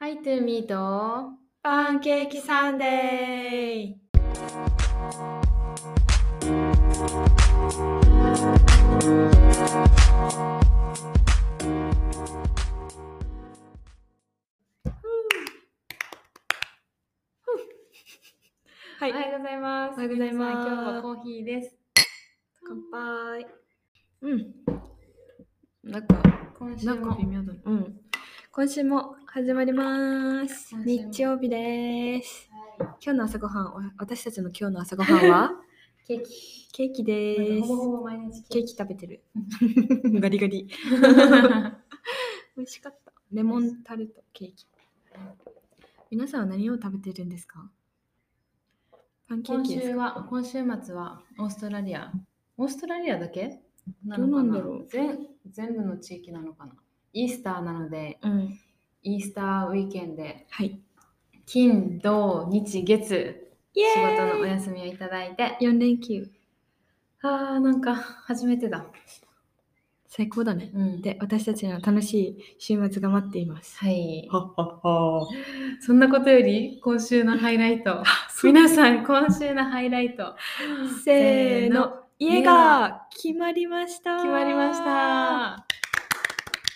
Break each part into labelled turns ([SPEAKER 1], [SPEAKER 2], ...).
[SPEAKER 1] Hi to me と
[SPEAKER 2] パンケーキサンデー
[SPEAKER 1] お
[SPEAKER 2] は
[SPEAKER 1] はようございます。
[SPEAKER 2] おはようございます
[SPEAKER 1] 皆さん今日はコーヒーです。
[SPEAKER 2] 乾杯
[SPEAKER 1] うん。
[SPEAKER 2] なんか
[SPEAKER 1] 今週
[SPEAKER 2] なんか
[SPEAKER 1] も
[SPEAKER 2] 微妙だなうん今週も始まります
[SPEAKER 1] 今週も
[SPEAKER 2] 日曜日です今日の朝ごはんわ私たちの今日の朝ごはんは
[SPEAKER 1] ケーキ。
[SPEAKER 2] ケーキです
[SPEAKER 1] ほぼほぼ毎日
[SPEAKER 2] ケー
[SPEAKER 1] キ。
[SPEAKER 2] キ食べてる ガリガリ美味しかったレモンタルトケーキ皆さんは何を食べてるんですかパ ンケー
[SPEAKER 1] 今
[SPEAKER 2] キです
[SPEAKER 1] 週
[SPEAKER 2] か
[SPEAKER 1] は今週末はオーストラリア。オーストラリアだけ？なの
[SPEAKER 2] ど
[SPEAKER 1] か
[SPEAKER 2] うなんだろう
[SPEAKER 1] 全全部の地域なのかな。イースターなので
[SPEAKER 2] うん
[SPEAKER 1] イースターウィーケンで
[SPEAKER 2] はい
[SPEAKER 1] 金土日月
[SPEAKER 2] イ
[SPEAKER 1] 仕
[SPEAKER 2] エ
[SPEAKER 1] 事のお
[SPEAKER 2] ーイ
[SPEAKER 1] 休みをいただいて。
[SPEAKER 2] 4連休
[SPEAKER 1] あーなんか初めてだ。
[SPEAKER 2] 最高だね
[SPEAKER 1] うん。
[SPEAKER 2] で私たちには楽しい週末が待っています
[SPEAKER 1] はい。
[SPEAKER 2] はっはっは
[SPEAKER 1] そんなことより今週のハイライト。皆さん今週のハイライト。
[SPEAKER 2] せーの。家
[SPEAKER 1] 家
[SPEAKER 2] が
[SPEAKER 1] が
[SPEAKER 2] 決まりました
[SPEAKER 1] 決まりました。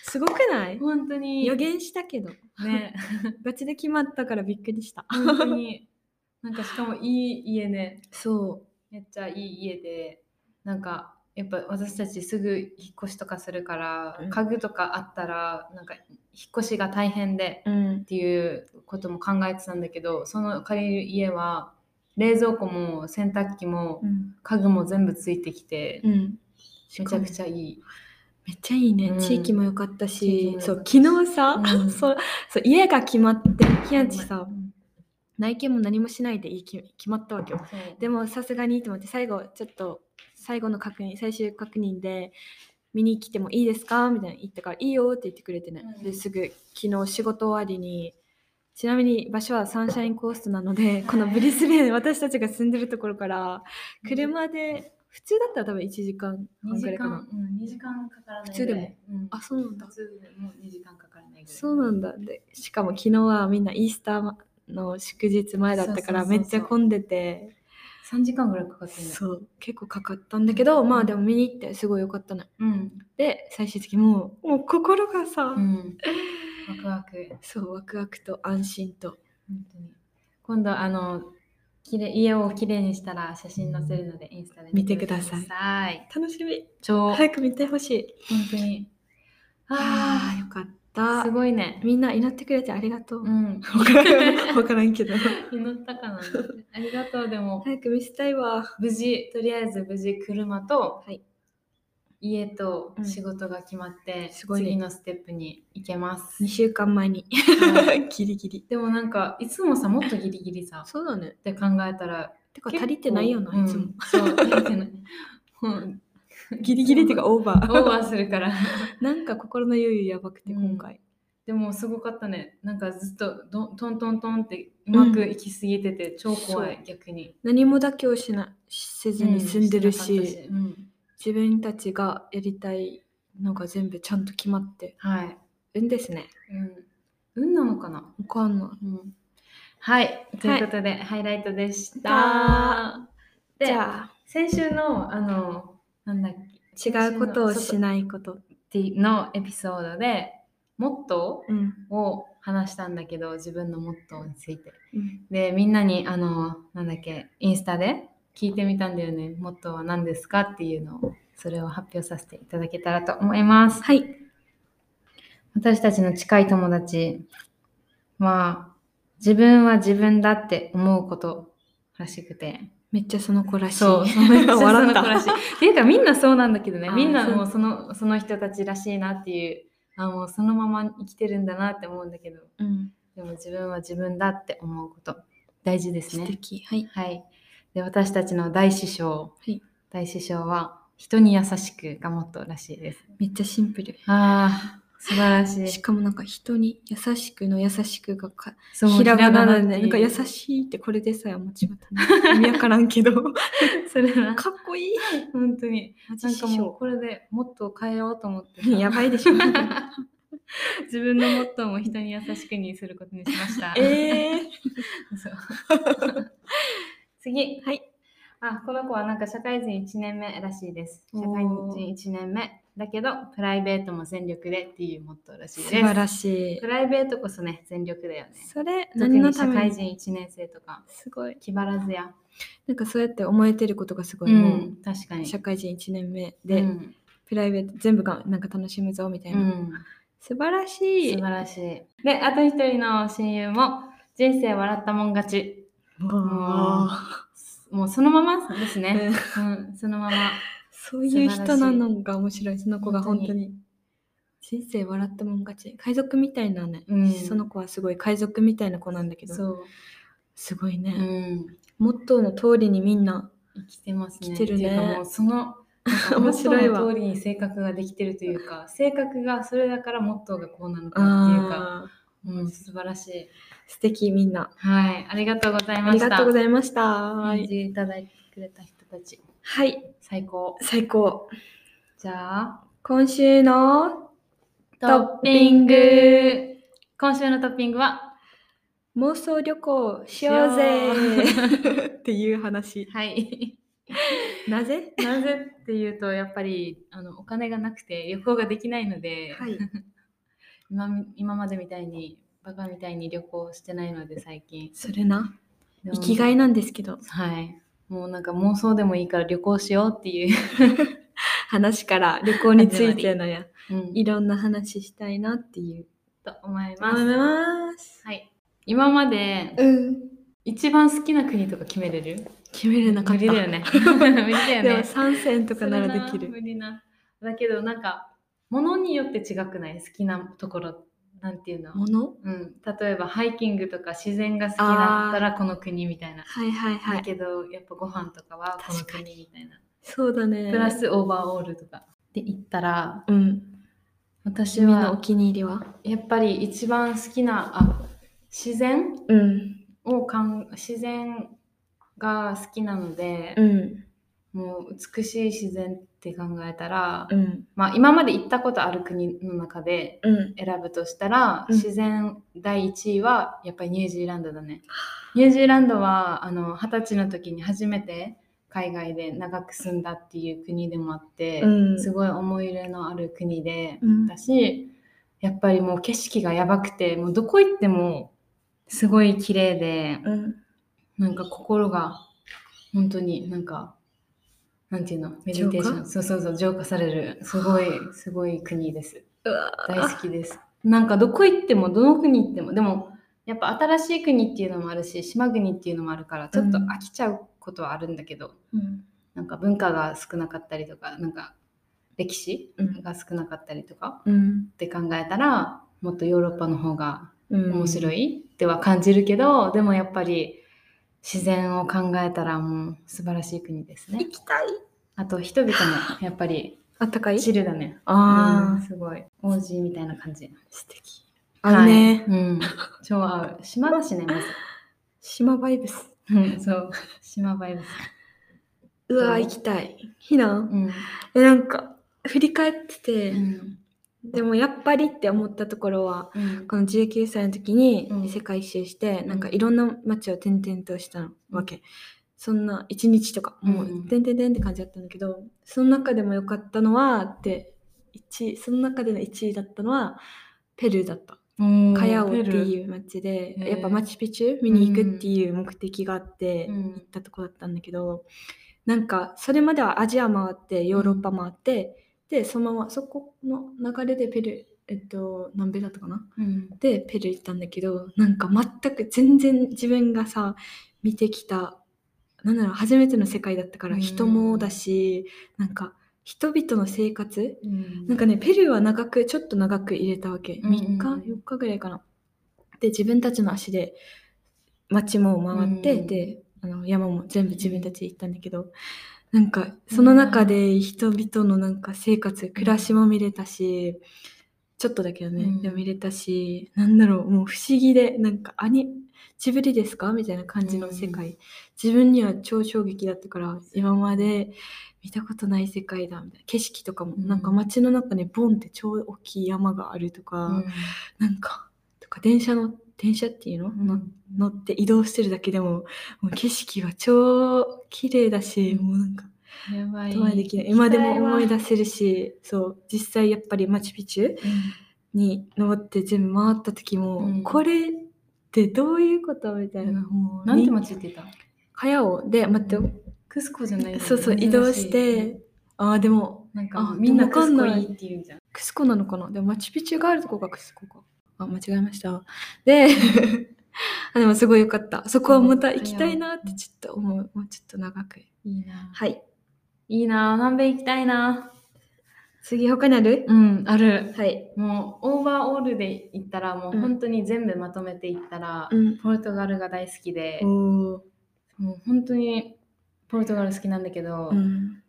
[SPEAKER 2] すごくない
[SPEAKER 1] 本当に。
[SPEAKER 2] 予言したけど
[SPEAKER 1] ね。
[SPEAKER 2] ガチで決まったからびっくりした
[SPEAKER 1] 本当に。なんかしかもいい家ね。
[SPEAKER 2] そ
[SPEAKER 1] めっちゃいい家で。なんかやっぱ私たちすぐ引っ越しとかするから、
[SPEAKER 2] うん
[SPEAKER 1] 家具とかあったらなんか引っ越しが大変で
[SPEAKER 2] ううん
[SPEAKER 1] っていうことも考えてたんだけどその借りる家は冷蔵庫も洗濯機も
[SPEAKER 2] うん、
[SPEAKER 1] 家具も全部ついてきて、
[SPEAKER 2] うん、
[SPEAKER 1] めちゃくちゃいい。
[SPEAKER 2] めっちゃいいね、
[SPEAKER 1] うん
[SPEAKER 2] 地域も良かった
[SPEAKER 1] 地域も
[SPEAKER 2] し
[SPEAKER 1] 良かったし
[SPEAKER 2] そう昨日さ、
[SPEAKER 1] うん
[SPEAKER 2] そうそう家が決まってひやちさ
[SPEAKER 1] うん
[SPEAKER 2] 内見も何もしないでいいき決まったわけよ
[SPEAKER 1] そう
[SPEAKER 2] でもさすがにと思って最後ちょっと最後の確認最終確認で見に来てもいいですかみたいな言ったからいいよって言ってくれてね、
[SPEAKER 1] うん
[SPEAKER 2] ですぐ昨日仕事終わりにちなみに場所はサンシャインコーストなのでこのブリスベン 私たちが住んでるところから車で普通だったら多分1時間
[SPEAKER 1] 2
[SPEAKER 2] 半ぐら
[SPEAKER 1] 時
[SPEAKER 2] いか
[SPEAKER 1] 間、
[SPEAKER 2] な
[SPEAKER 1] うん、2時間かからないぐらい。
[SPEAKER 2] 普通でも
[SPEAKER 1] うん、
[SPEAKER 2] あそうなんだ
[SPEAKER 1] 普通でも2時間かからないぐらい。
[SPEAKER 2] そうなんだでしかも昨日はみんなイースターの祝日前だったから
[SPEAKER 1] そうそうそうそう
[SPEAKER 2] めっちゃ混んでて
[SPEAKER 1] 3時間ぐらいかかってるね。
[SPEAKER 2] そう結構かかったんだけどまあでも見に行ってすごい良かったね
[SPEAKER 1] うん。
[SPEAKER 2] で最終的にもうもう心がさ、
[SPEAKER 1] うん。ワクワク。
[SPEAKER 2] そうワクワクと安心と
[SPEAKER 1] 本当に。今度、あの、きれい家をきれいにしたら写真載せるので、インスタで
[SPEAKER 2] 見てください
[SPEAKER 1] 見てください。
[SPEAKER 2] 楽しみ
[SPEAKER 1] 超、
[SPEAKER 2] 早く見てほしい
[SPEAKER 1] 本当に。
[SPEAKER 2] あー
[SPEAKER 1] あ
[SPEAKER 2] よかっ
[SPEAKER 1] あ、
[SPEAKER 2] た
[SPEAKER 1] すごいね。
[SPEAKER 2] みんな祈ってくれてありがとう、
[SPEAKER 1] う
[SPEAKER 2] わ
[SPEAKER 1] ん。
[SPEAKER 2] からんわからんけど
[SPEAKER 1] 祈ったかな。ありがとう、でも。
[SPEAKER 2] 早く見せたいわ
[SPEAKER 1] 無事とりあえず無事車と
[SPEAKER 2] はい
[SPEAKER 1] 家と
[SPEAKER 2] うん
[SPEAKER 1] 仕事が決まって、
[SPEAKER 2] すごいね
[SPEAKER 1] 次のステップに行けます
[SPEAKER 2] 2、週間前に
[SPEAKER 1] はい
[SPEAKER 2] ギリギリ
[SPEAKER 1] でもなんかいつもさもっとギリギリさっ
[SPEAKER 2] そうだね
[SPEAKER 1] て考えたら
[SPEAKER 2] てか足りてないよな、いつも
[SPEAKER 1] うんそう足り てないうん
[SPEAKER 2] ギリギリっていうかオーバ
[SPEAKER 1] オ
[SPEAKER 2] ー
[SPEAKER 1] ーバーするから
[SPEAKER 2] なんか心の余裕やばくて
[SPEAKER 1] うん
[SPEAKER 2] 今回、
[SPEAKER 1] でもすごかったねなんかずっとどトントントンってうまくいきすぎてて、超怖い
[SPEAKER 2] そ
[SPEAKER 1] 逆に
[SPEAKER 2] 何も妥協しなせずに住んでるし,、
[SPEAKER 1] うなかったうん
[SPEAKER 2] 自分たちがやりたいのが全部ちゃんと決まって
[SPEAKER 1] はい、
[SPEAKER 2] うんですね
[SPEAKER 1] うん、運なのかな
[SPEAKER 2] わかんない
[SPEAKER 1] はい、ということで、ハイライトでした
[SPEAKER 2] だ。
[SPEAKER 1] で
[SPEAKER 2] じゃ
[SPEAKER 1] 先週のあのなんだっけ
[SPEAKER 2] あ違うことをし
[SPEAKER 1] い
[SPEAKER 2] ないこと。
[SPEAKER 1] のエピソードでモット
[SPEAKER 2] うん。
[SPEAKER 1] ーを話したんだけど自分のモットーについてでみんなにあのなんだっけインスタで聞いてみたんだよねモットーは何ですかっていうのをそれを発表させていただけたらと思います
[SPEAKER 2] はい。
[SPEAKER 1] 私たちの近い友達は自分は自分だって思うことらしくて
[SPEAKER 2] めっちゃその子らしい。
[SPEAKER 1] そう
[SPEAKER 2] 笑っ
[SPEAKER 1] その子ら
[SPEAKER 2] た。
[SPEAKER 1] しい っていうかみんなそうなんだけどね
[SPEAKER 2] あー
[SPEAKER 1] みんな
[SPEAKER 2] そう
[SPEAKER 1] もうそのその人たちらしいなっていうあもうそのまま生きてるんだなって思うんだけど
[SPEAKER 2] うん。
[SPEAKER 1] でも自分は自分だって思うこと大事です
[SPEAKER 2] 素
[SPEAKER 1] ね
[SPEAKER 2] 敵。はい。
[SPEAKER 1] はいで私たちの大師匠、
[SPEAKER 2] はい
[SPEAKER 1] 大師匠は人に優しくがもっとらしいです
[SPEAKER 2] めっちゃシンプル。
[SPEAKER 1] あー素晴らしい
[SPEAKER 2] しかもなんか人に優しくの優しくがか
[SPEAKER 1] そう
[SPEAKER 2] ひらがなでね。
[SPEAKER 1] って
[SPEAKER 2] ないん
[SPEAKER 1] う
[SPEAKER 2] か優しいってこれでさえ間違ったね。意味わからん けど。か
[SPEAKER 1] それは
[SPEAKER 2] っこいい。
[SPEAKER 1] 本当に
[SPEAKER 2] マジ
[SPEAKER 1] なんか
[SPEAKER 2] 師
[SPEAKER 1] もう
[SPEAKER 2] 匠。
[SPEAKER 1] これでもっと変えようと思ってさ
[SPEAKER 2] やばいでしょ。
[SPEAKER 1] 自分のモットーも人に優しくにすることにしました。
[SPEAKER 2] えー、
[SPEAKER 1] そう 次。
[SPEAKER 2] はい。
[SPEAKER 1] あ、この子はなんか社会人1年目らしいです。社会
[SPEAKER 2] おー
[SPEAKER 1] 人1年目だけど、プライベートも全力でっていうモットーらしい
[SPEAKER 2] 素
[SPEAKER 1] です。
[SPEAKER 2] 晴らしい
[SPEAKER 1] プ。ライベートこそね、全力だよね。
[SPEAKER 2] それ、
[SPEAKER 1] 特
[SPEAKER 2] 何の
[SPEAKER 1] に
[SPEAKER 2] た
[SPEAKER 1] 社
[SPEAKER 2] め
[SPEAKER 1] 会
[SPEAKER 2] に
[SPEAKER 1] 人1年生とか、
[SPEAKER 2] すごい。
[SPEAKER 1] 気張らずや。
[SPEAKER 2] なんかそうやって思えてることがすごい、
[SPEAKER 1] う
[SPEAKER 2] も
[SPEAKER 1] ん、確か
[SPEAKER 2] う
[SPEAKER 1] に。
[SPEAKER 2] 社会人1年目で、
[SPEAKER 1] うん
[SPEAKER 2] プライベート全部がなんか楽しむぞみたいうな。
[SPEAKER 1] ん
[SPEAKER 2] 素晴らし
[SPEAKER 1] 素
[SPEAKER 2] い
[SPEAKER 1] 晴。らしい。で、あと一人の親友も、人生笑ったもん勝ち。
[SPEAKER 2] あ
[SPEAKER 1] もうそのままです
[SPEAKER 2] ー
[SPEAKER 1] ね。
[SPEAKER 2] うん
[SPEAKER 1] うん、そのまま。
[SPEAKER 2] そういう
[SPEAKER 1] 素晴ら
[SPEAKER 2] 人
[SPEAKER 1] しい
[SPEAKER 2] なのが面白い、その子が本当
[SPEAKER 1] 本当
[SPEAKER 2] に。人生笑ったもん勝ち。海賊みたいなね、
[SPEAKER 1] うん
[SPEAKER 2] その子はすごい海賊みたいな子なんだけど、
[SPEAKER 1] そう。
[SPEAKER 2] すごいうね、
[SPEAKER 1] ん。
[SPEAKER 2] モットーの通りにみんな、
[SPEAKER 1] 生きてますね。
[SPEAKER 2] 生きてるね
[SPEAKER 1] っていうかもうその、なんか
[SPEAKER 2] 面白いわ
[SPEAKER 1] モットーの通りに性格ができてるという か、性格がそれだからモットーがこうなのかっていうか、
[SPEAKER 2] あー
[SPEAKER 1] うん、素晴らしい。
[SPEAKER 2] 素敵みんな。
[SPEAKER 1] はい、ありがとうござい
[SPEAKER 2] あ
[SPEAKER 1] ま
[SPEAKER 2] り
[SPEAKER 1] した。
[SPEAKER 2] がとうございました。
[SPEAKER 1] 返事いただいてくれた人たち、
[SPEAKER 2] はい、
[SPEAKER 1] 最高。
[SPEAKER 2] 最高。
[SPEAKER 1] じゃあ、
[SPEAKER 2] 今週の
[SPEAKER 1] トッピング今週のトッピングは、
[SPEAKER 2] 妄想旅行しようぜ
[SPEAKER 1] し
[SPEAKER 2] っていう話。
[SPEAKER 1] はい。
[SPEAKER 2] なぜ
[SPEAKER 1] なぜっていうと、やっぱりあのお金がなくて旅行ができないので、
[SPEAKER 2] はい。
[SPEAKER 1] 今今までみたいに、バカみたいに旅行してないので、最近。
[SPEAKER 2] それな、
[SPEAKER 1] でも
[SPEAKER 2] 生きがいなんですけど、
[SPEAKER 1] はい。もうなんか妄想でもいいから旅行しようっていう。
[SPEAKER 2] 話から旅行についてのや。
[SPEAKER 1] うん、い
[SPEAKER 2] い
[SPEAKER 1] い
[SPEAKER 2] ろんな話したいなっていう。
[SPEAKER 1] と思いま
[SPEAKER 2] 思い
[SPEAKER 1] す。
[SPEAKER 2] ます。
[SPEAKER 1] はい。今まで
[SPEAKER 2] うん。
[SPEAKER 1] 一番好きな国とか決めれる
[SPEAKER 2] 決めれなかった。
[SPEAKER 1] 無理だよね。 無理だよ
[SPEAKER 2] でも
[SPEAKER 1] ね。
[SPEAKER 2] 3選とかならでき
[SPEAKER 1] それな
[SPEAKER 2] る。
[SPEAKER 1] 無理な。だけどなんか、ものによって違くない好きなところ、なんていうの、
[SPEAKER 2] もの
[SPEAKER 1] うん、例えばハイキングとか自然が好きだったらこの国みたいな。
[SPEAKER 2] はいはいは
[SPEAKER 1] だ
[SPEAKER 2] い。
[SPEAKER 1] けど、やっぱご飯とかはこの
[SPEAKER 2] 確か
[SPEAKER 1] 国みたいな。
[SPEAKER 2] そうだね。
[SPEAKER 1] プラ。スオーバーオールとか。で行ったら、
[SPEAKER 2] うん。
[SPEAKER 1] 私
[SPEAKER 2] 君のお
[SPEAKER 1] は
[SPEAKER 2] 気に入りは
[SPEAKER 1] やっぱり一番好きなあ自然
[SPEAKER 2] うん。
[SPEAKER 1] をかん自然が好きなので
[SPEAKER 2] う、ん。
[SPEAKER 1] もう美しい自然って考えたら、
[SPEAKER 2] うん。
[SPEAKER 1] まあ、今まで行ったことある国の中で
[SPEAKER 2] うん。
[SPEAKER 1] 選ぶとしたら、
[SPEAKER 2] うん
[SPEAKER 1] 自然第1位はやっぱりニュージーランドだね。ニュージーランドはあの二十歳の時に初めて海外で長く住んだっていう国でもあって、
[SPEAKER 2] うん
[SPEAKER 1] すごい思い入れのある国で、
[SPEAKER 2] うん
[SPEAKER 1] だしやっぱりもう景色がやばくてもうどこ行ってもすごい綺麗で
[SPEAKER 2] うん。
[SPEAKER 1] なんか心が本当になんかなんていうのメディテーションそうそうそう浄化されるすごいすごい国です
[SPEAKER 2] うわ
[SPEAKER 1] 大好き ですなんかどこ行ってもどの国行ってもでもやっぱ新しい国っていうのもあるし島国っていうのもあるからちょっと飽きちゃうことはあるんだけど、
[SPEAKER 2] うん。
[SPEAKER 1] なんか文化が少なかったりとかなんか歴史
[SPEAKER 2] うん
[SPEAKER 1] が少なかったりとか
[SPEAKER 2] うん。
[SPEAKER 1] って考えたらもっとヨーロッパの方が
[SPEAKER 2] うん。
[SPEAKER 1] 面白
[SPEAKER 2] い。
[SPEAKER 1] いっては感じるけど、でもやっぱり自然を考えたらもう素晴らしい国ですね
[SPEAKER 2] 行きたい。
[SPEAKER 1] あと人々もやっぱり
[SPEAKER 2] あったかい
[SPEAKER 1] チルだねうん
[SPEAKER 2] ああ、
[SPEAKER 1] すごい王子みたいな感じ
[SPEAKER 2] 素敵。あのね、
[SPEAKER 1] はいうん、超合う島だしねまず
[SPEAKER 2] 島バイブス。
[SPEAKER 1] うんそう島バイブス、
[SPEAKER 2] うわ
[SPEAKER 1] うん
[SPEAKER 2] 行きたい。ひな
[SPEAKER 1] うん
[SPEAKER 2] え、なんか、振り返ってて、
[SPEAKER 1] うん
[SPEAKER 2] でもやっぱりって思ったところは
[SPEAKER 1] うん
[SPEAKER 2] この19歳の時に
[SPEAKER 1] うん
[SPEAKER 2] 世界一周して、
[SPEAKER 1] ん
[SPEAKER 2] なんかいろんな街を転々としたわけ、そんな1日とかもう
[SPEAKER 1] うん
[SPEAKER 2] 転々転って感じだったんだけどその中でも良かったのはって1位その中での1位だったのはペルーだった
[SPEAKER 1] うん
[SPEAKER 2] カヤオって
[SPEAKER 1] う
[SPEAKER 2] いう街で
[SPEAKER 1] へー
[SPEAKER 2] やっぱマチュピチュ見に行くっていう目的があって行
[SPEAKER 1] ん
[SPEAKER 2] ったとこだったんだけど、なんかそれまではアジア回ってヨーロッパ回って、でそのままそこの流れでペルーえっと南米だったかな
[SPEAKER 1] うん
[SPEAKER 2] でペルー行ったんだけどなんか全く全然自分がさ見てきたなんだろう初めての世界だったから
[SPEAKER 1] うん
[SPEAKER 2] 人もだし、なんか人々の生活
[SPEAKER 1] うん
[SPEAKER 2] なんかねペルーは長くちょっと長く入れたわけ
[SPEAKER 1] んう
[SPEAKER 2] 3
[SPEAKER 1] んうん
[SPEAKER 2] 日4日ぐらいかなで自分たちの足で街も回って、
[SPEAKER 1] うんうん
[SPEAKER 2] であの山も全部自分たちで行ったんだけどなんかその中で人々のなんか生活暮らしも見れたしちょっとだけどね、
[SPEAKER 1] うん
[SPEAKER 2] でも入れたしなんだろうもう不思議でなんかアニジブリですかみたいな感じの世界、自分には超衝撃だったから今まで見たことない世界だみたいな景色とかも、
[SPEAKER 1] うん
[SPEAKER 2] なんか街の中にボンって超大きい山があるとか、なんかとか電車の電車っていうの、
[SPEAKER 1] ん
[SPEAKER 2] の乗って移動してるだけでももう景色が超綺麗だし、
[SPEAKER 1] うん
[SPEAKER 2] もうなんか
[SPEAKER 1] やばい。
[SPEAKER 2] とはできない今でも思い
[SPEAKER 1] す。
[SPEAKER 2] 出せるしそう実際やっぱりマチュピチュに登って全部回った時も、
[SPEAKER 1] うん
[SPEAKER 2] これってどういうことみたいな、
[SPEAKER 1] うん
[SPEAKER 2] もう
[SPEAKER 1] なんて
[SPEAKER 2] に
[SPEAKER 1] 街って言った
[SPEAKER 2] カヤオで待ってよ、
[SPEAKER 1] クスコじゃないよね
[SPEAKER 2] そうそう移動し。
[SPEAKER 1] 珍
[SPEAKER 2] て
[SPEAKER 1] い
[SPEAKER 2] ああでも
[SPEAKER 1] なん
[SPEAKER 2] あ
[SPEAKER 1] かみんな
[SPEAKER 2] でも
[SPEAKER 1] ク
[SPEAKER 2] わか
[SPEAKER 1] ス
[SPEAKER 2] ん
[SPEAKER 1] コ
[SPEAKER 2] ない
[SPEAKER 1] いいって言うんじゃん。
[SPEAKER 2] クスコなのかなでもマチュピチュがあるとこがクスコかあ間違えましたで あでもすごい良かったそこはまた行きたいなってちょっと思うもうちょっと長く
[SPEAKER 1] いいな。
[SPEAKER 2] はい
[SPEAKER 1] いいな。南米行きたいな。
[SPEAKER 2] 次他にある、
[SPEAKER 1] うん、ある。
[SPEAKER 2] はい、
[SPEAKER 1] もうオーバーオールで行ったらもう本当に全部まとめて行ったら、
[SPEAKER 2] うん、
[SPEAKER 1] ポルトガルが大好きで、
[SPEAKER 2] おー
[SPEAKER 1] もう本当にポルトガル好きなんだけど、
[SPEAKER 2] うん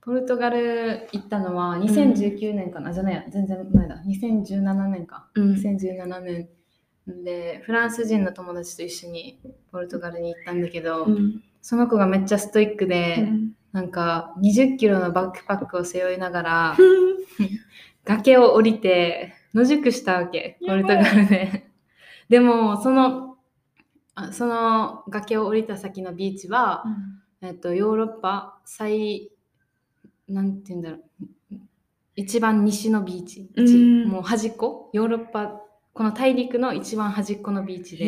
[SPEAKER 1] ポルトガル行ったのは2019年かな、じゃないや全然前だ2017年か
[SPEAKER 2] うん
[SPEAKER 1] 2017年でフランス人の友達と一緒にポルトガルに行ったんだけど、
[SPEAKER 2] うん
[SPEAKER 1] その子がめっちゃストイックで、
[SPEAKER 2] うん
[SPEAKER 1] なんか20キロのバックパックを背負いながら崖を降りて野宿したわけポ
[SPEAKER 2] やば
[SPEAKER 1] ル
[SPEAKER 2] い
[SPEAKER 1] トガルででもそのあその崖を降りた先のビーチは、えっと、ヨーロッパ最なんて言うんだろう一番西のビーチ、一
[SPEAKER 2] うん
[SPEAKER 1] もう端っこヨーロッパこの大陸の一番端っこのビーチ
[SPEAKER 2] へ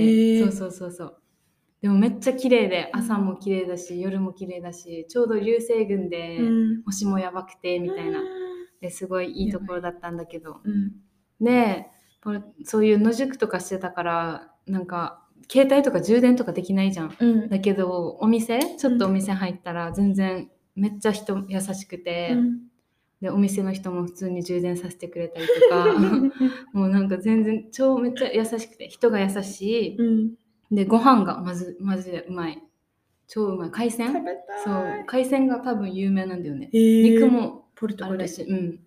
[SPEAKER 1] でそ
[SPEAKER 2] え
[SPEAKER 1] うそうそうそうでもめっちゃ綺麗で
[SPEAKER 2] うん
[SPEAKER 1] 朝も綺麗だし夜も綺麗だしちょうど流星群で、
[SPEAKER 2] うん
[SPEAKER 1] 星もやばくてみたいなですごいいい
[SPEAKER 2] や
[SPEAKER 1] と
[SPEAKER 2] ばい
[SPEAKER 1] ころだったんだけど
[SPEAKER 2] うん
[SPEAKER 1] でこれそういう野宿とかしてたからなんか携帯とか充電とかできないじゃん
[SPEAKER 2] うん
[SPEAKER 1] だけどお店ちょっとお店入ったら全然めっちゃ人優しくて、でお店の人も普通に充電させてくれたりと かもうなんか全然超めっちゃ優しくて人が優し
[SPEAKER 2] うん
[SPEAKER 1] いでご飯がまずまずうまい超うまい海鮮そう海鮮が多分有名なんだよね
[SPEAKER 2] えー
[SPEAKER 1] 肉も
[SPEAKER 2] ポルト
[SPEAKER 1] あ
[SPEAKER 2] ガ
[SPEAKER 1] る
[SPEAKER 2] ル
[SPEAKER 1] らしい、うん、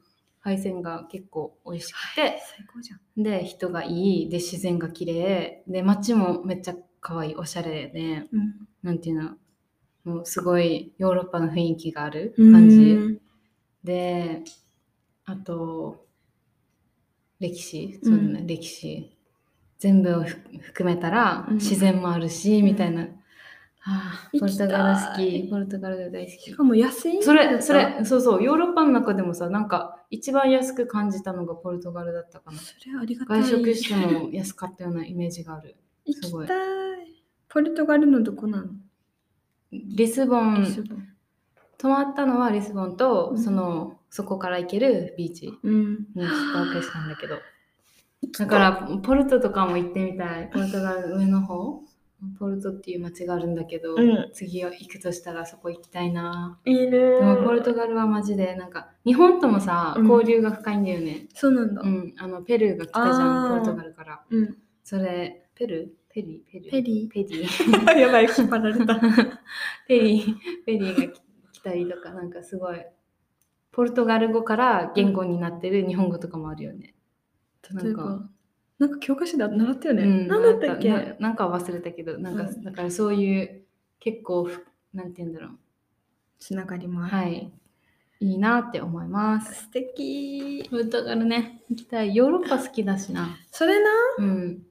[SPEAKER 1] 海鮮が結構美味しくて
[SPEAKER 2] 最高じゃん
[SPEAKER 1] で人がいいで自然が綺麗で街もめっちゃ可愛いおしゃれで、
[SPEAKER 2] うん
[SPEAKER 1] なんていうのもうすごいヨーロッパの雰囲気がある感じであと歴史そうだね、
[SPEAKER 2] う
[SPEAKER 1] 歴史全部をふ含めたら
[SPEAKER 2] うん
[SPEAKER 1] 自然もあるし、みたいな、ああ
[SPEAKER 2] 行
[SPEAKER 1] ポル
[SPEAKER 2] きた
[SPEAKER 1] ト
[SPEAKER 2] い
[SPEAKER 1] ガル好きポルトガル大好
[SPEAKER 2] し
[SPEAKER 1] き
[SPEAKER 2] かも安いんだ
[SPEAKER 1] それそれそうそうヨーロッパの中でもさなんか一番安く感じたのがポルトガルだったかな
[SPEAKER 2] それありがたい
[SPEAKER 1] 外食しても安かったようなイメージがある
[SPEAKER 2] 行
[SPEAKER 1] すごい
[SPEAKER 2] きたいポルトガルのどこなの
[SPEAKER 1] リスボン
[SPEAKER 2] リスボン
[SPEAKER 1] 泊まったのはリスボンと、
[SPEAKER 2] うん
[SPEAKER 1] そのそこから行けるビーチに
[SPEAKER 2] うん
[SPEAKER 1] 宿泊したんだけどだからポルトとかも行ってみたいポルトガル上の方ポルトっていう街があるんだけど、
[SPEAKER 2] うん
[SPEAKER 1] 次は行くとしたらそこ行きたいない
[SPEAKER 2] いね
[SPEAKER 1] でもポルトガルはマジでなんか日本ともさ
[SPEAKER 2] うん
[SPEAKER 1] 交流が深いんだよね、
[SPEAKER 2] そうなんだ
[SPEAKER 1] うんあのペルーが来たじゃん
[SPEAKER 2] あ
[SPEAKER 1] ポ
[SPEAKER 2] ー
[SPEAKER 1] ルトガルから
[SPEAKER 2] うん
[SPEAKER 1] それペルーペリーペリー
[SPEAKER 2] ペリ
[SPEAKER 1] ペリー
[SPEAKER 2] ー やばい引っ張られた
[SPEAKER 1] ペリー、ペリーがき来たりとか、なんかすごい、ポルトガル語から言語になってる日本語とかもあるよね。
[SPEAKER 2] 例
[SPEAKER 1] な
[SPEAKER 2] え
[SPEAKER 1] ん
[SPEAKER 2] ばなんか教科書で習ったよ
[SPEAKER 1] う
[SPEAKER 2] ね
[SPEAKER 1] ん、
[SPEAKER 2] 何だったっけ
[SPEAKER 1] ななんか忘れたけど、なんか、
[SPEAKER 2] うん
[SPEAKER 1] だからそういう、結構ふ、なんて言うんだろう。
[SPEAKER 2] つながりもある
[SPEAKER 1] はい。いいなって思います。
[SPEAKER 2] 素敵
[SPEAKER 1] ポルトガルね、行きたい。ヨーロッパ好きだしな。
[SPEAKER 2] それな
[SPEAKER 1] うん。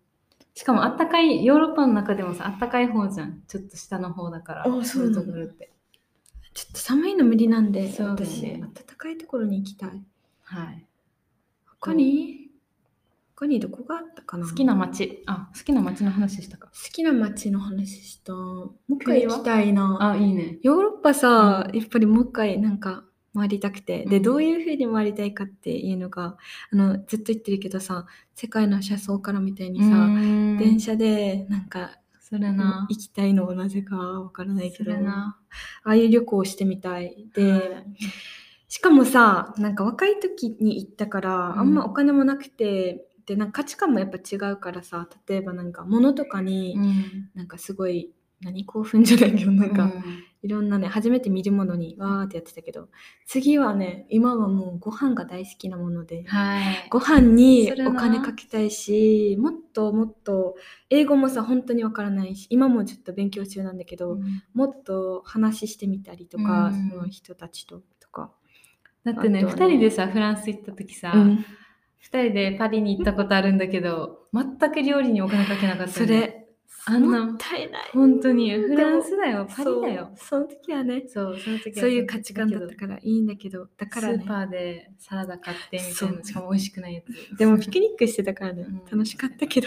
[SPEAKER 1] しかもあったかい、ヨーロッパの中でもさ、あったかい方じゃん。ちょっと下の方だから、
[SPEAKER 2] あそ
[SPEAKER 1] ポル
[SPEAKER 2] うなの
[SPEAKER 1] トガルって。
[SPEAKER 2] ちょっと寒いの無理なんで
[SPEAKER 1] そうだよ
[SPEAKER 2] 私
[SPEAKER 1] ね
[SPEAKER 2] 暖かいところに行きたい
[SPEAKER 1] はい。
[SPEAKER 2] 他に他にどこがあったかな
[SPEAKER 1] 好きな街。あ、好きな街の話したか。
[SPEAKER 2] 好きな街の話したもう一
[SPEAKER 1] 国
[SPEAKER 2] 回
[SPEAKER 1] は
[SPEAKER 2] 行きたいな
[SPEAKER 1] あ、いいね。
[SPEAKER 2] ヨーロッパさ、
[SPEAKER 1] う
[SPEAKER 2] やっぱりもう一回なんか回りたくて、
[SPEAKER 1] う
[SPEAKER 2] で
[SPEAKER 1] ん
[SPEAKER 2] どういう風に回りたいかっていうのがあのずっと言ってるけどさ世界の車窓からみたいにさ、電
[SPEAKER 1] 電車
[SPEAKER 2] 車でなんか
[SPEAKER 1] するな
[SPEAKER 2] 行。きたいのをなぜかわからないけ
[SPEAKER 1] す
[SPEAKER 2] ど
[SPEAKER 1] る
[SPEAKER 2] あ
[SPEAKER 1] な。
[SPEAKER 2] あいう旅行をしてみたいで、
[SPEAKER 1] はい
[SPEAKER 2] しかもさなんか若い時に行ったから、
[SPEAKER 1] うん
[SPEAKER 2] あんまお金もなくてでなんか価値観もやっぱ違うからさ例えばなんか物とかに、
[SPEAKER 1] うん
[SPEAKER 2] なんかすごい何興奮じゃないけどなんか、いろんなね初めて見るものにわーってやってたけど次はね今はもうご飯が大好きなもので、
[SPEAKER 1] はい。
[SPEAKER 2] ご飯に
[SPEAKER 1] するな
[SPEAKER 2] お金かけたいしもっともっと英語もさ本当にわからないし今もちょっと勉強中なんだけど、
[SPEAKER 1] うん
[SPEAKER 2] もっと話してみたりとか、
[SPEAKER 1] うん
[SPEAKER 2] その人たちととか。
[SPEAKER 1] だってね、
[SPEAKER 2] あと
[SPEAKER 1] 二
[SPEAKER 2] はね
[SPEAKER 1] 人でさ、フランス行った時さ、
[SPEAKER 2] うん
[SPEAKER 1] 二人でパリに行ったことあるんだけど、全く料理にお金かけなかった
[SPEAKER 2] そ
[SPEAKER 1] んだよ。
[SPEAKER 2] れ
[SPEAKER 1] あんな
[SPEAKER 2] もったいない
[SPEAKER 1] 本当に、
[SPEAKER 2] でも
[SPEAKER 1] フランスだよ、パリだよ。
[SPEAKER 2] そうその時はね
[SPEAKER 1] そう、その時は
[SPEAKER 2] そういう価値観だったからいいんだけどだ
[SPEAKER 1] だけ
[SPEAKER 2] か
[SPEAKER 1] ど
[SPEAKER 2] ら、
[SPEAKER 1] ス
[SPEAKER 2] ね、
[SPEAKER 1] ーパーでサラダ買ってみたい
[SPEAKER 2] そ
[SPEAKER 1] な、
[SPEAKER 2] う
[SPEAKER 1] しかも美味しくないやつ。
[SPEAKER 2] でもピクニックしてたからね、
[SPEAKER 1] うん
[SPEAKER 2] 楽しかったけど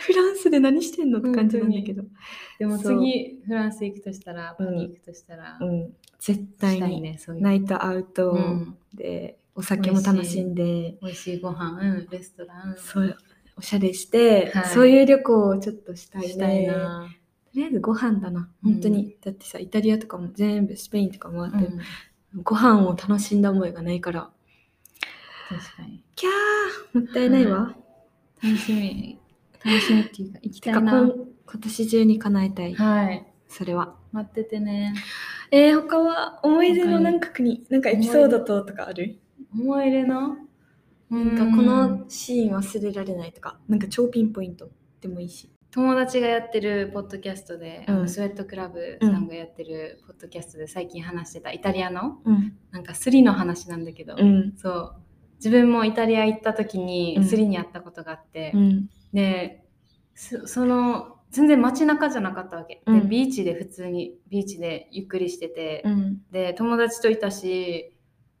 [SPEAKER 2] フランスで何してんのって感じなんだけど、
[SPEAKER 1] でも
[SPEAKER 2] そう
[SPEAKER 1] 次、フランス行くとしたら、パリ行くとしたら、
[SPEAKER 2] うん絶対
[SPEAKER 1] したい
[SPEAKER 2] に、
[SPEAKER 1] ね、そういう。
[SPEAKER 2] ナイトアウト
[SPEAKER 1] うん
[SPEAKER 2] で、お酒も楽しんで
[SPEAKER 1] 美味しいご飯、うん、レストラン。
[SPEAKER 2] そうおしゃれして、
[SPEAKER 1] はい
[SPEAKER 2] そういう旅行をちょっとしたいね
[SPEAKER 1] したいな。
[SPEAKER 2] とりあえずご飯だな
[SPEAKER 1] うん
[SPEAKER 2] 本当に、だってさイタリアとかも全部スペインとかもあって、
[SPEAKER 1] うん
[SPEAKER 2] ご飯を楽しんだ思いがないから
[SPEAKER 1] 確かに。
[SPEAKER 2] キャーもったいないわ、
[SPEAKER 1] は楽しみ。楽しみっていうか、行きた
[SPEAKER 2] て
[SPEAKER 1] い
[SPEAKER 2] か
[SPEAKER 1] な。
[SPEAKER 2] 今今年中に叶えたい、
[SPEAKER 1] はい。
[SPEAKER 2] それは
[SPEAKER 1] 待っててね。
[SPEAKER 2] えー、他は思い出のなんか国なんかエピソードととかある
[SPEAKER 1] 思い入れの
[SPEAKER 2] なんかこのシーン忘れられないとかなんか超ピンポイントでもいいし
[SPEAKER 1] 友達がやってるポッドキャストで、あの
[SPEAKER 2] うん
[SPEAKER 1] スウェットクラブさんがやってるポッドキャストで最近話してたイタリアの
[SPEAKER 2] うん
[SPEAKER 1] なんかスリの話なんだけど、
[SPEAKER 2] うん
[SPEAKER 1] そう自分もイタリア行った時に
[SPEAKER 2] うん
[SPEAKER 1] スリに会ったことがあって、
[SPEAKER 2] うん
[SPEAKER 1] ですその全然街中じゃなかったわけ、
[SPEAKER 2] うん
[SPEAKER 1] でビーチで普通にビーチでゆっくりしてて、
[SPEAKER 2] うん
[SPEAKER 1] で友達といたし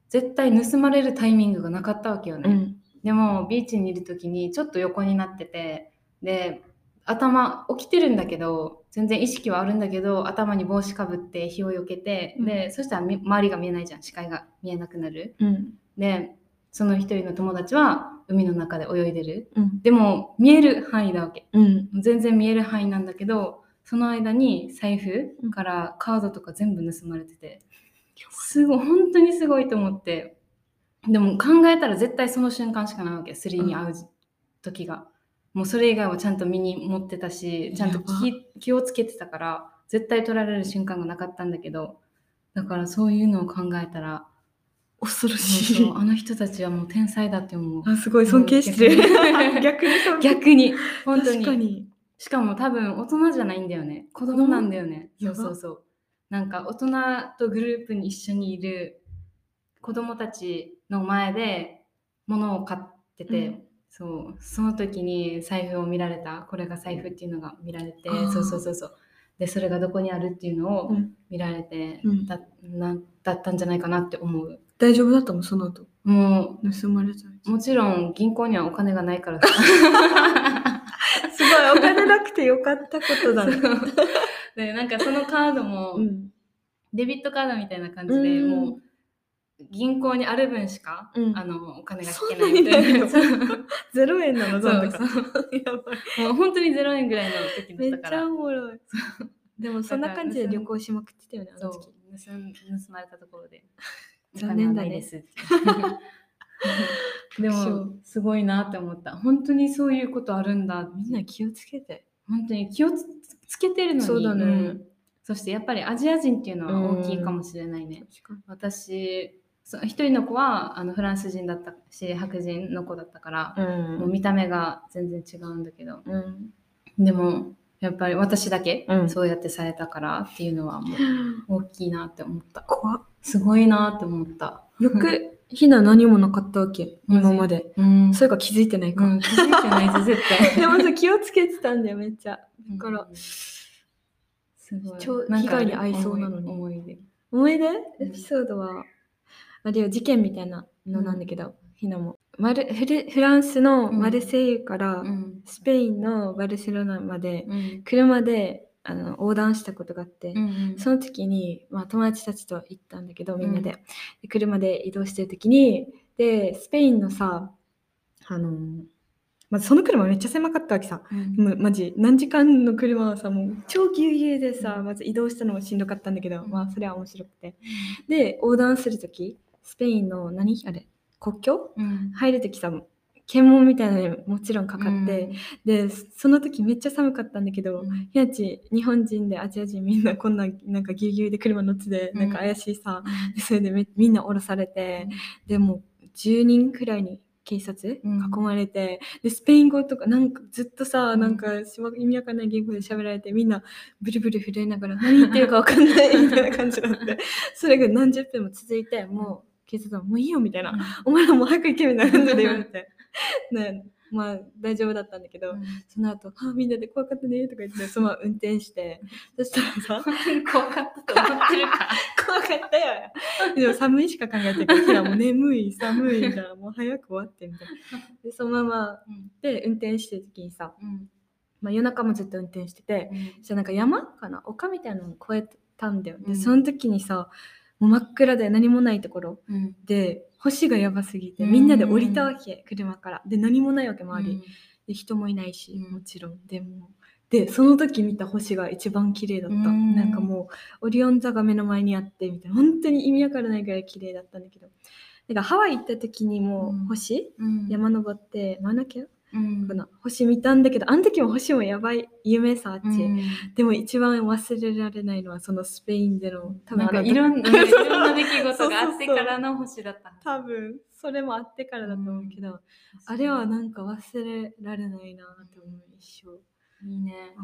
[SPEAKER 1] 絶対盗まれるタイミングがなかったわけよね、
[SPEAKER 2] うん
[SPEAKER 1] でもビーチにいる時にちょっと横になっててで頭起きてるんだけど全然意識はあるんだけど頭に帽子かぶって火をよけて、
[SPEAKER 2] う
[SPEAKER 1] でそしたらみ周りが見えないじゃん視界が見えなくなる
[SPEAKER 2] うん
[SPEAKER 1] でその一人の友達は海の中で泳いでる
[SPEAKER 2] うん
[SPEAKER 1] でも見える範囲だわけ
[SPEAKER 2] うん
[SPEAKER 1] 全然見える範囲なんだけどその間に財布からカードとか全部盗まれててすごい本当にすごいと思ってでも考えたら絶対その瞬間しかないわけスリーに会う時が、もうそれ以外はちゃんと身に持ってたしちゃんと気気をつけてたから絶対取られる瞬間がなかったんだけどだからそういうのを考えた ら
[SPEAKER 2] 恐ろし
[SPEAKER 1] そう
[SPEAKER 2] い
[SPEAKER 1] そうあの人たちはもう天才だって思う
[SPEAKER 2] あすごい尊敬してる
[SPEAKER 1] うん
[SPEAKER 2] 逆に尊敬
[SPEAKER 1] 逆に本当
[SPEAKER 2] 確かに
[SPEAKER 1] しかも多分大人じゃないんだよね子供なんだよね
[SPEAKER 2] や
[SPEAKER 1] そ
[SPEAKER 2] ば
[SPEAKER 1] うそうそうなんか大人とグループに一緒にいる子供たちの前で物を買ってて、
[SPEAKER 2] うん
[SPEAKER 1] そうその時に財布を見られたこれが財布っていうのが見られて
[SPEAKER 2] あー
[SPEAKER 1] そうそうそうそうでそれがどこにあるっていうのを
[SPEAKER 2] うん
[SPEAKER 1] 見られて、
[SPEAKER 2] うん
[SPEAKER 1] だなだったんじゃないかなって思う
[SPEAKER 2] 大丈夫だったもんその後
[SPEAKER 1] も
[SPEAKER 2] 盗まれちゃう
[SPEAKER 1] うもちろん銀行にはお金がないからさ
[SPEAKER 2] すごいお金なくてよかったことだね
[SPEAKER 1] そうでなんかそのカードも、
[SPEAKER 2] うん
[SPEAKER 1] デビットカードみたいな感じで、
[SPEAKER 2] うん
[SPEAKER 1] もう銀行にある分しか、
[SPEAKER 2] うん
[SPEAKER 1] あのお金が引けないみたいな
[SPEAKER 2] そ
[SPEAKER 1] そ
[SPEAKER 2] ん
[SPEAKER 1] う
[SPEAKER 2] なゼロ円なの残高
[SPEAKER 1] そう
[SPEAKER 2] やばい
[SPEAKER 1] もう本当に0円ぐらいの時
[SPEAKER 2] め
[SPEAKER 1] だ
[SPEAKER 2] っ
[SPEAKER 1] った
[SPEAKER 2] ち
[SPEAKER 1] から
[SPEAKER 2] ゃおもろいでもそんな感じで旅行しまくってたよねあ
[SPEAKER 1] そ
[SPEAKER 2] の
[SPEAKER 1] う
[SPEAKER 2] 時
[SPEAKER 1] 盗ん盗まれたところで
[SPEAKER 2] 残念だね
[SPEAKER 1] お金はないですって でもすごいなって思った本当にそういうことあるんだ
[SPEAKER 2] みんな気をつけて
[SPEAKER 1] 本当に気をつつけてるのに
[SPEAKER 2] そうだね
[SPEAKER 1] んそしてやっぱりアジア人っていうのは大きいかもしれないね、私そう一人の子はあのフランス人だったし白人の子だったから、
[SPEAKER 2] うん
[SPEAKER 1] もう見た目が全然違うんだけど
[SPEAKER 2] うん
[SPEAKER 1] でもやっぱり私だけ
[SPEAKER 2] うん
[SPEAKER 1] そうやってされたからっていうのはもう大きいなって思った
[SPEAKER 2] 怖っ
[SPEAKER 1] すごいなって思った
[SPEAKER 2] よくひな何もなかったわけ
[SPEAKER 1] マジ
[SPEAKER 2] 今まで
[SPEAKER 1] うん
[SPEAKER 2] それか気づいてないか、
[SPEAKER 1] うん気づいてないです絶対
[SPEAKER 2] でもさ気をつけてたんだよめっちゃ だから
[SPEAKER 1] うんすごい
[SPEAKER 2] 超
[SPEAKER 1] なんか
[SPEAKER 2] 被害に遭いそうなのに
[SPEAKER 1] 思い思い出
[SPEAKER 2] 思い出
[SPEAKER 1] ん
[SPEAKER 2] エピソードはあれよ事件みたいなのなんだけど、ひなもマルフルフランスのマルセイユから
[SPEAKER 1] うん
[SPEAKER 2] スペインのバルセロナまで
[SPEAKER 1] うん
[SPEAKER 2] 車であの横断したことがあって、
[SPEAKER 1] うん
[SPEAKER 2] その時に、まあ、友達たちと行ったんだけどみんなで,、
[SPEAKER 1] う
[SPEAKER 2] で車で移動してる時にでスペインのさあのまあ、その車めっちゃ狭かったわけさ
[SPEAKER 1] うん
[SPEAKER 2] もうマジ何時間の車はさもう超ぎゅうぎゅうでさまず移動したのもしんどかったんだけど、
[SPEAKER 1] うん
[SPEAKER 2] まあそれは面白くてで横断する時スペインの何あれ国境
[SPEAKER 1] うん
[SPEAKER 2] 入る時さ検問みたいなのにもちろんかか
[SPEAKER 1] うん
[SPEAKER 2] って、、でその時めっちゃ寒かったんだけど、
[SPEAKER 1] うん
[SPEAKER 2] ひやち日本人でアジア人みんなこんななんかぎゅうぎゅうで車乗ってて、
[SPEAKER 1] うん
[SPEAKER 2] なんか怪しいさでそれでめみんな降ろされて、でもう10人くらいに警察
[SPEAKER 1] うん
[SPEAKER 2] 囲まれて、でスペイン語とかなんかずっとさ、
[SPEAKER 1] うん
[SPEAKER 2] なんかしわ意味わかんない言語で喋られてみんなブルブル震え ながら何言ってるかわかんないみたいな感じになってそれが何十分も続いてもう警察はもういいよみたいなお前らもう早く行けみたいな感じで言われ てねまあ大丈夫だったんだけど、その後あみんなで怖かったねとか言ってそのまま運転して そしたらさ
[SPEAKER 1] 本当に怖かったと思ってるか。
[SPEAKER 2] 怖かったよでも寒いしか考えてないからもう眠い寒いみたいなもう早く終わってみたいなでそのまま
[SPEAKER 1] うん
[SPEAKER 2] で運転してる時にさ、
[SPEAKER 1] うん
[SPEAKER 2] まあ、夜中もずっと運転しててそしたらなんか山かな丘みたいなのを越えたんだよ、
[SPEAKER 1] う
[SPEAKER 2] で
[SPEAKER 1] ん
[SPEAKER 2] その時にさもう真っ暗で何もないところ
[SPEAKER 1] うん
[SPEAKER 2] で星がやばすぎて
[SPEAKER 1] うん
[SPEAKER 2] みんなで降りたわけ車からで何もないわけ周り、
[SPEAKER 1] うん
[SPEAKER 2] で人もいないし、
[SPEAKER 1] うん
[SPEAKER 2] もちろんでもでその時見た星が一番綺麗だった、
[SPEAKER 1] うん
[SPEAKER 2] なんかもうオリオン座が目の前にあってみたいな本当に意味わからないぐらい綺麗だったんだけどなんかハワイ行った時にも
[SPEAKER 1] うん
[SPEAKER 2] 星、
[SPEAKER 1] うん
[SPEAKER 2] 山登ってマナケか
[SPEAKER 1] うん
[SPEAKER 2] な星見たんだけどあの時も星もやばい夢さあっち、でも一番忘れられないのはそのスペインでの多
[SPEAKER 1] なん
[SPEAKER 2] あ
[SPEAKER 1] か
[SPEAKER 2] の
[SPEAKER 1] いろんな
[SPEAKER 2] そう
[SPEAKER 1] いろんな出来事があってからの星だった。
[SPEAKER 2] 多分それもあってからだと思うけど、あれはなんか忘れられないなって思う一生。
[SPEAKER 1] いいね。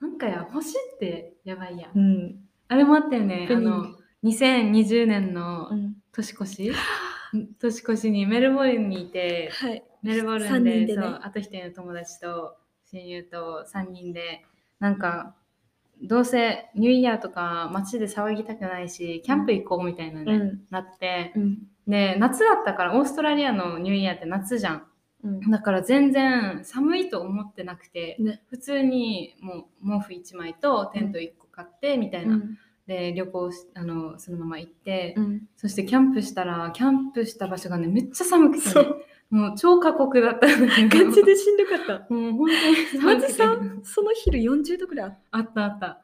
[SPEAKER 1] なんかや星ってやばいやん。
[SPEAKER 2] うん、
[SPEAKER 1] あれもあったよね。あ
[SPEAKER 2] ペニ
[SPEAKER 1] の2020年の
[SPEAKER 2] うん
[SPEAKER 1] 年越 し、年越しにメルボルンにいて
[SPEAKER 2] はい。
[SPEAKER 1] メルボル
[SPEAKER 2] 三
[SPEAKER 1] ンで
[SPEAKER 2] 人でね
[SPEAKER 1] そうあと一人の友達と親友と3人でなんかどうせニューイヤーとか街で騒ぎたくないしキャンプ行こうみたいなね、
[SPEAKER 2] うん。
[SPEAKER 1] なって
[SPEAKER 2] うん。
[SPEAKER 1] で夏だったからオーストラリアのニューイヤーって夏じゃん
[SPEAKER 2] うん。
[SPEAKER 1] だから全然寒いと思ってなくて、
[SPEAKER 2] ね
[SPEAKER 1] 普通にもう毛布1枚とテント1個買ってみたいな、で旅行しあのそのまま行って、
[SPEAKER 2] うん。
[SPEAKER 1] そしてキャンプしたらキャンプした場所がねめっちゃ寒くて、
[SPEAKER 2] そ
[SPEAKER 1] ね
[SPEAKER 2] う、
[SPEAKER 1] もう超過酷だったんだけど
[SPEAKER 2] ガチでしんどかった。
[SPEAKER 1] もう本当に寒
[SPEAKER 2] マ
[SPEAKER 1] く
[SPEAKER 2] ジ
[SPEAKER 1] て
[SPEAKER 2] さん、その昼40度くらいあっ
[SPEAKER 1] あったあった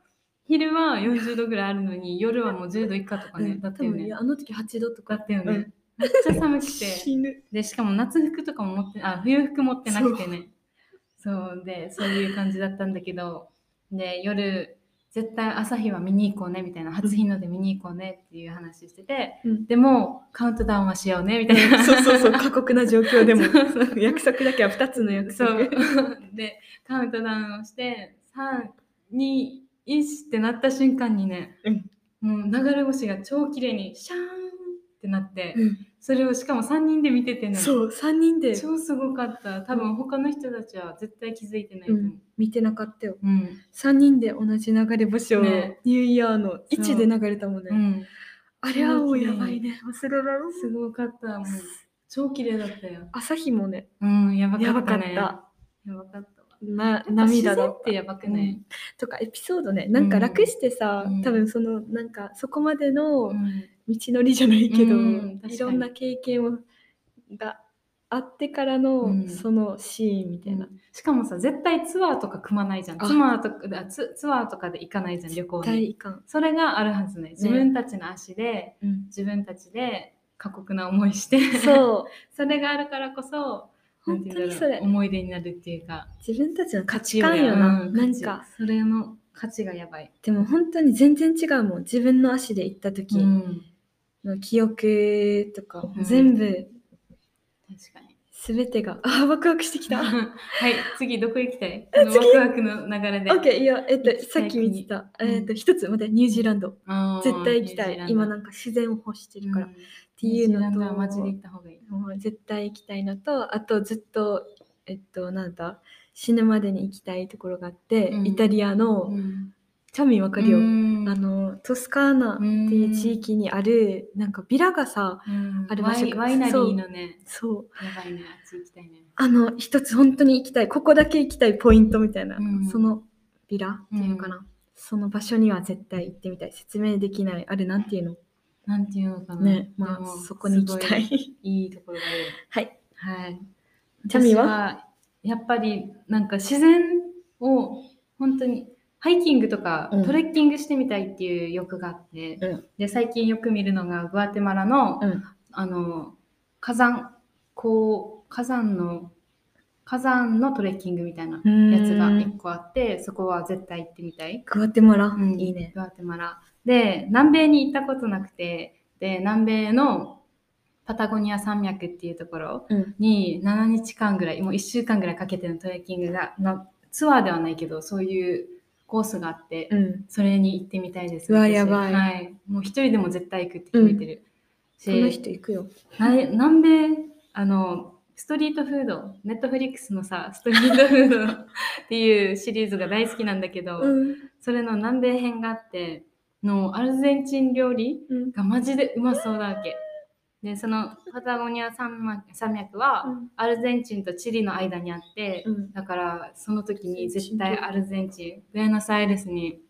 [SPEAKER 1] 昼は40度ぐらいあるのに夜はもう10度以下とか
[SPEAKER 2] た
[SPEAKER 1] ね、
[SPEAKER 2] ね。
[SPEAKER 1] だ
[SPEAKER 2] 多
[SPEAKER 1] ったよ
[SPEAKER 2] 分い
[SPEAKER 1] ね
[SPEAKER 2] やあの時8度
[SPEAKER 1] だ
[SPEAKER 2] とか。
[SPEAKER 1] ったよ
[SPEAKER 2] う
[SPEAKER 1] ね
[SPEAKER 2] ん、
[SPEAKER 1] めっちゃ寒くて
[SPEAKER 2] 死ぬ。
[SPEAKER 1] でしかも夏服とかも持ってあ冬服持ってなくてねそうでそういう感じだったんだけどで夜絶対朝日は見に行こうねみたいな初日の出見に行こうねっていう話してて、
[SPEAKER 2] うん
[SPEAKER 1] でもカウントダウンはしようねみたいな
[SPEAKER 2] そうそう そう、過酷な状況でも
[SPEAKER 1] そうそ。
[SPEAKER 2] 約束だけは2つの約
[SPEAKER 1] そ
[SPEAKER 2] 束。
[SPEAKER 1] う。 で、カウントダウンをして、3、2、1ってなった瞬間にね、
[SPEAKER 2] うん
[SPEAKER 1] もう流れ星が超綺麗にシャーンってなって、
[SPEAKER 2] うん
[SPEAKER 1] それをしかも3人で見ててね、
[SPEAKER 2] そう、3人で
[SPEAKER 1] 超すごかった。多分他の人たちは絶対気づいてないと思う。
[SPEAKER 2] 見てなかったよ。
[SPEAKER 1] うん。
[SPEAKER 2] 3人で同じ流れ星をニュ
[SPEAKER 1] ね
[SPEAKER 2] ーイヤーの位置で流れたもん
[SPEAKER 1] う
[SPEAKER 2] ね。
[SPEAKER 1] ん。
[SPEAKER 2] あれはもうやばいね。忘れられない
[SPEAKER 1] すごかった。もう超綺麗だったよ。
[SPEAKER 2] 朝日もね、
[SPEAKER 1] うん、やば
[SPEAKER 2] や
[SPEAKER 1] か
[SPEAKER 2] ば
[SPEAKER 1] っ
[SPEAKER 2] か
[SPEAKER 1] た
[SPEAKER 2] っ
[SPEAKER 1] ね。
[SPEAKER 2] た。
[SPEAKER 1] やばかったわ。
[SPEAKER 2] な
[SPEAKER 1] 涙
[SPEAKER 2] 涙だっ
[SPEAKER 1] ったて。やばくない、
[SPEAKER 2] とかエピソードねなんか楽してさ、
[SPEAKER 1] うん
[SPEAKER 2] 多分そのなんかそこまでの
[SPEAKER 1] うん
[SPEAKER 2] 道のりじゃないけど、
[SPEAKER 1] うん確かに
[SPEAKER 2] いろんな経験をがあってから
[SPEAKER 1] う
[SPEAKER 2] の
[SPEAKER 1] ん
[SPEAKER 2] そのシーンみたいな、
[SPEAKER 1] しかもさ絶対ツアーとか組まないじゃん
[SPEAKER 2] あ
[SPEAKER 1] ツアーとかあツツアーとかで行かないじゃん旅行
[SPEAKER 2] 体
[SPEAKER 1] に
[SPEAKER 2] いかん、
[SPEAKER 1] それがあるはずね自分たちの足で、自分たちで過酷な思いして
[SPEAKER 2] そう
[SPEAKER 1] それがあるからこそ
[SPEAKER 2] 本当に
[SPEAKER 1] なんていうんだ
[SPEAKER 2] そ
[SPEAKER 1] ろう
[SPEAKER 2] れ
[SPEAKER 1] 思い出になるっていうか
[SPEAKER 2] 自分たちの価値観よな、
[SPEAKER 1] うん
[SPEAKER 2] なんか
[SPEAKER 1] 価値それの価値がやばい、
[SPEAKER 2] でも本当に全然違うもん自分の足で行った時
[SPEAKER 1] ん、
[SPEAKER 2] の記憶とか、
[SPEAKER 1] うん
[SPEAKER 2] 全部
[SPEAKER 1] 確かに
[SPEAKER 2] 全てがあーワクワクしてきたオ
[SPEAKER 1] はい次どこ行きたいこのワクワクの流れで
[SPEAKER 2] ッケーいやえっと
[SPEAKER 1] 行きた
[SPEAKER 2] さ
[SPEAKER 1] い
[SPEAKER 2] っき見てた、
[SPEAKER 1] 国
[SPEAKER 2] えっと一つ待ってニュージーランド
[SPEAKER 1] あー
[SPEAKER 2] 絶対行きた
[SPEAKER 1] ニュージーラン
[SPEAKER 2] い
[SPEAKER 1] ド
[SPEAKER 2] 今なんか自然を欲してるから、
[SPEAKER 1] うん
[SPEAKER 2] ていうの
[SPEAKER 1] ニュージ
[SPEAKER 2] と
[SPEAKER 1] ーランドはマジで行った方がいい
[SPEAKER 2] もう絶対行きたいのとあとずっとえっとなんだ死ぬまでに行きたいところがあって、
[SPEAKER 1] うん
[SPEAKER 2] イタリアの、
[SPEAKER 1] ん
[SPEAKER 2] チャミわかるよ、
[SPEAKER 1] うん
[SPEAKER 2] あのトスカーナっていう地域にある、なんかビラがさ
[SPEAKER 1] あ
[SPEAKER 2] あ
[SPEAKER 1] れ
[SPEAKER 2] れ
[SPEAKER 1] ワイ
[SPEAKER 2] 和食
[SPEAKER 1] ワイナリーのね、
[SPEAKER 2] そう
[SPEAKER 1] やばいね、あっち行きたいね。
[SPEAKER 2] あの一つ本当に行きたいここだけ行きたいポイントみたいな、
[SPEAKER 1] うん
[SPEAKER 2] そのビラっていうかな、その場所には絶対行ってみたい説明できないあれなんていうの、
[SPEAKER 1] なんていうのかな。
[SPEAKER 2] ねま
[SPEAKER 1] で
[SPEAKER 2] あ
[SPEAKER 1] も
[SPEAKER 2] そこに行きたい
[SPEAKER 1] すごいいいところがある。
[SPEAKER 2] は
[SPEAKER 1] は
[SPEAKER 2] い
[SPEAKER 1] い。
[SPEAKER 2] チャミは
[SPEAKER 1] 私やっぱりなんか自然を本当にハイキングとか
[SPEAKER 2] うん
[SPEAKER 1] トレッキングしてみたいっていう欲があって、
[SPEAKER 2] うん
[SPEAKER 1] で最近よく見るのがグアテマラの、
[SPEAKER 2] うん
[SPEAKER 1] あの火山こう火山の火山のトレッキングみたいな
[SPEAKER 2] うん
[SPEAKER 1] やつが1個あって、そこは絶対行ってみたい。
[SPEAKER 2] グアテマラ、
[SPEAKER 1] うん
[SPEAKER 2] いいね。
[SPEAKER 1] グアテマラ。で、南米に行ったことなくて、で、南米のパタゴニア山脈っていうところ
[SPEAKER 2] うん。
[SPEAKER 1] に7日間ぐらい、もう1週間ぐらいかけてのトレッキングが、のツアーではないけど、そういうコースがあって、
[SPEAKER 2] うん。
[SPEAKER 1] それに行ってみたいです。
[SPEAKER 2] うわ
[SPEAKER 1] 私
[SPEAKER 2] やばい
[SPEAKER 1] はい。もう一人でも絶対行くって決めてる。
[SPEAKER 2] こ
[SPEAKER 1] し、
[SPEAKER 2] の人行くよ。
[SPEAKER 1] な南米、あの、ストリートフード、ネットフリックスのさ、ストリートフードっていうシリーズが大好きなんだけど、
[SPEAKER 2] うん。
[SPEAKER 1] それの南米編があって、のアルゼンチン料理
[SPEAKER 2] うん。
[SPEAKER 1] がマジでうまそうだわけ。で、そのパタゴニア山脈山脈は、アルゼンチンとチリの間にあって、
[SPEAKER 2] うん。
[SPEAKER 1] だからその時に絶対アルゼンチンブエノスアイレスに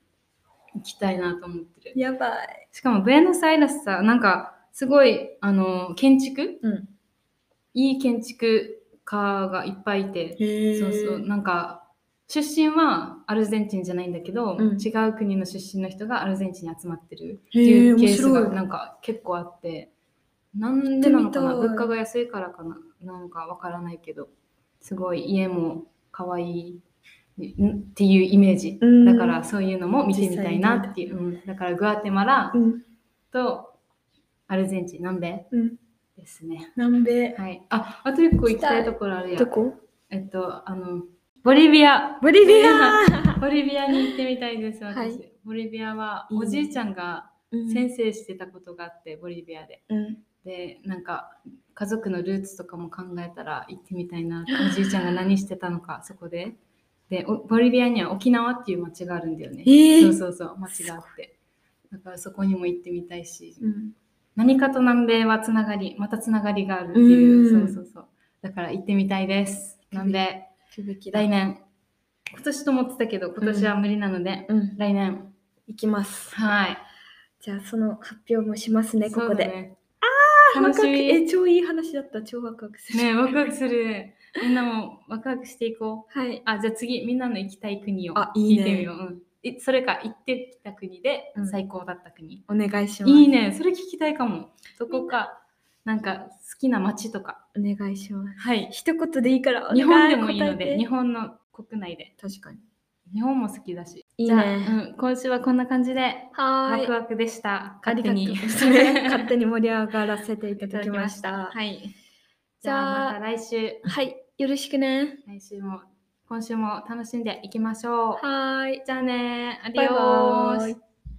[SPEAKER 1] 行きたいなと思ってる
[SPEAKER 2] やばい。
[SPEAKER 1] しかもブエノスアイレスさなんかすごいあの建築
[SPEAKER 2] うん。
[SPEAKER 1] いい建築家がいっぱいいて
[SPEAKER 2] へ
[SPEAKER 1] そうそうなんか出身はアルゼンチンじゃないんだけど、
[SPEAKER 2] うん
[SPEAKER 1] 違う国の出身の人がアルゼンチンに集まってるって
[SPEAKER 2] へ
[SPEAKER 1] い
[SPEAKER 2] え、
[SPEAKER 1] う
[SPEAKER 2] 面
[SPEAKER 1] ケース
[SPEAKER 2] 白
[SPEAKER 1] が
[SPEAKER 2] い。
[SPEAKER 1] なんか結構あってなんでなのかな
[SPEAKER 2] 行ってみたい
[SPEAKER 1] 物価が安いからかななのかわからないけどすごい家も可愛いんっていうイメージ
[SPEAKER 2] うん
[SPEAKER 1] だからそういうのも見てみたいなっていう、うんだからグアテマラ
[SPEAKER 2] うん。
[SPEAKER 1] とアルゼンチン南米
[SPEAKER 2] うん。
[SPEAKER 1] ですね
[SPEAKER 2] 南米。
[SPEAKER 1] はいああと一個行きたいところあるや
[SPEAKER 2] ど
[SPEAKER 1] ん
[SPEAKER 2] こ
[SPEAKER 1] えっとあのボリビア
[SPEAKER 2] ボリ
[SPEAKER 1] ビ
[SPEAKER 2] ア
[SPEAKER 1] ボリビアに行ってみたいです私、
[SPEAKER 2] はい
[SPEAKER 1] ボリビアはい
[SPEAKER 2] いね
[SPEAKER 1] おじいちゃんが
[SPEAKER 2] 先
[SPEAKER 1] 先生してたことがあってボリビアで
[SPEAKER 2] うん。
[SPEAKER 1] でなんか家族のルーツとかも考えたら行ってみたい なっておじいちゃんが何してたのかそこででおボリビアには沖縄っていう町があるんだよね、
[SPEAKER 2] ええ
[SPEAKER 1] そうそうそう町があってだからそこにも行ってみたいし、
[SPEAKER 2] うん。
[SPEAKER 1] 何かと南米はつながりまたつながりがあるっていう
[SPEAKER 2] うん
[SPEAKER 1] そうそうそうだから行ってみたいです南米
[SPEAKER 2] 行くべきだ
[SPEAKER 1] 来。年今年と思ってたけど今年は無理なので、
[SPEAKER 2] うん。
[SPEAKER 1] 来年
[SPEAKER 2] 行きます。
[SPEAKER 1] はい
[SPEAKER 2] じゃあ、その発表もしますね、こ
[SPEAKER 1] そう
[SPEAKER 2] こ
[SPEAKER 1] だ
[SPEAKER 2] で。
[SPEAKER 1] ね
[SPEAKER 2] あ
[SPEAKER 1] 楽し
[SPEAKER 2] ワクワクえ、
[SPEAKER 1] み
[SPEAKER 2] 超いい話だった。超ワクワクする。
[SPEAKER 1] ねワクワクするみんなもワクワクしていこう
[SPEAKER 2] はい。
[SPEAKER 1] あ、じゃあ次、みんなの行きたい国を
[SPEAKER 2] あい
[SPEAKER 1] 聞
[SPEAKER 2] い
[SPEAKER 1] い
[SPEAKER 2] ね
[SPEAKER 1] てみよう。うんいそれか、行ってきた国で
[SPEAKER 2] うん
[SPEAKER 1] 最高だった国。
[SPEAKER 2] お願いします。
[SPEAKER 1] いいね、それ聞きたいかも。どこか、なんか好きな街とか。
[SPEAKER 2] お願いします。
[SPEAKER 1] はい。
[SPEAKER 2] 一言でいいからお願い
[SPEAKER 1] 日本でもいいの
[SPEAKER 2] 答え
[SPEAKER 1] で、
[SPEAKER 2] て
[SPEAKER 1] 日本の国内で。
[SPEAKER 2] 確かに。
[SPEAKER 1] 日本も好きだし。
[SPEAKER 2] いい
[SPEAKER 1] じゃあ、う
[SPEAKER 2] ね。
[SPEAKER 1] ん、今週はこんな感じで、
[SPEAKER 2] は
[SPEAKER 1] ワ
[SPEAKER 2] ーい
[SPEAKER 1] ク。ワクでした。
[SPEAKER 2] あり
[SPEAKER 1] 勝手
[SPEAKER 2] がとう
[SPEAKER 1] に。
[SPEAKER 2] 勝手に盛り上がらせていただきました。
[SPEAKER 1] はい。
[SPEAKER 2] じ
[SPEAKER 1] じ
[SPEAKER 2] ゃ
[SPEAKER 1] ゃ
[SPEAKER 2] あ
[SPEAKER 1] あ、また来週、
[SPEAKER 2] はい。よろしくね。
[SPEAKER 1] 来週も、今週も楽しんでいきましょう。
[SPEAKER 2] はーい。
[SPEAKER 1] じゃあね、アデ
[SPEAKER 2] バイ
[SPEAKER 1] ィオ
[SPEAKER 2] バ
[SPEAKER 1] ース
[SPEAKER 2] ーイ。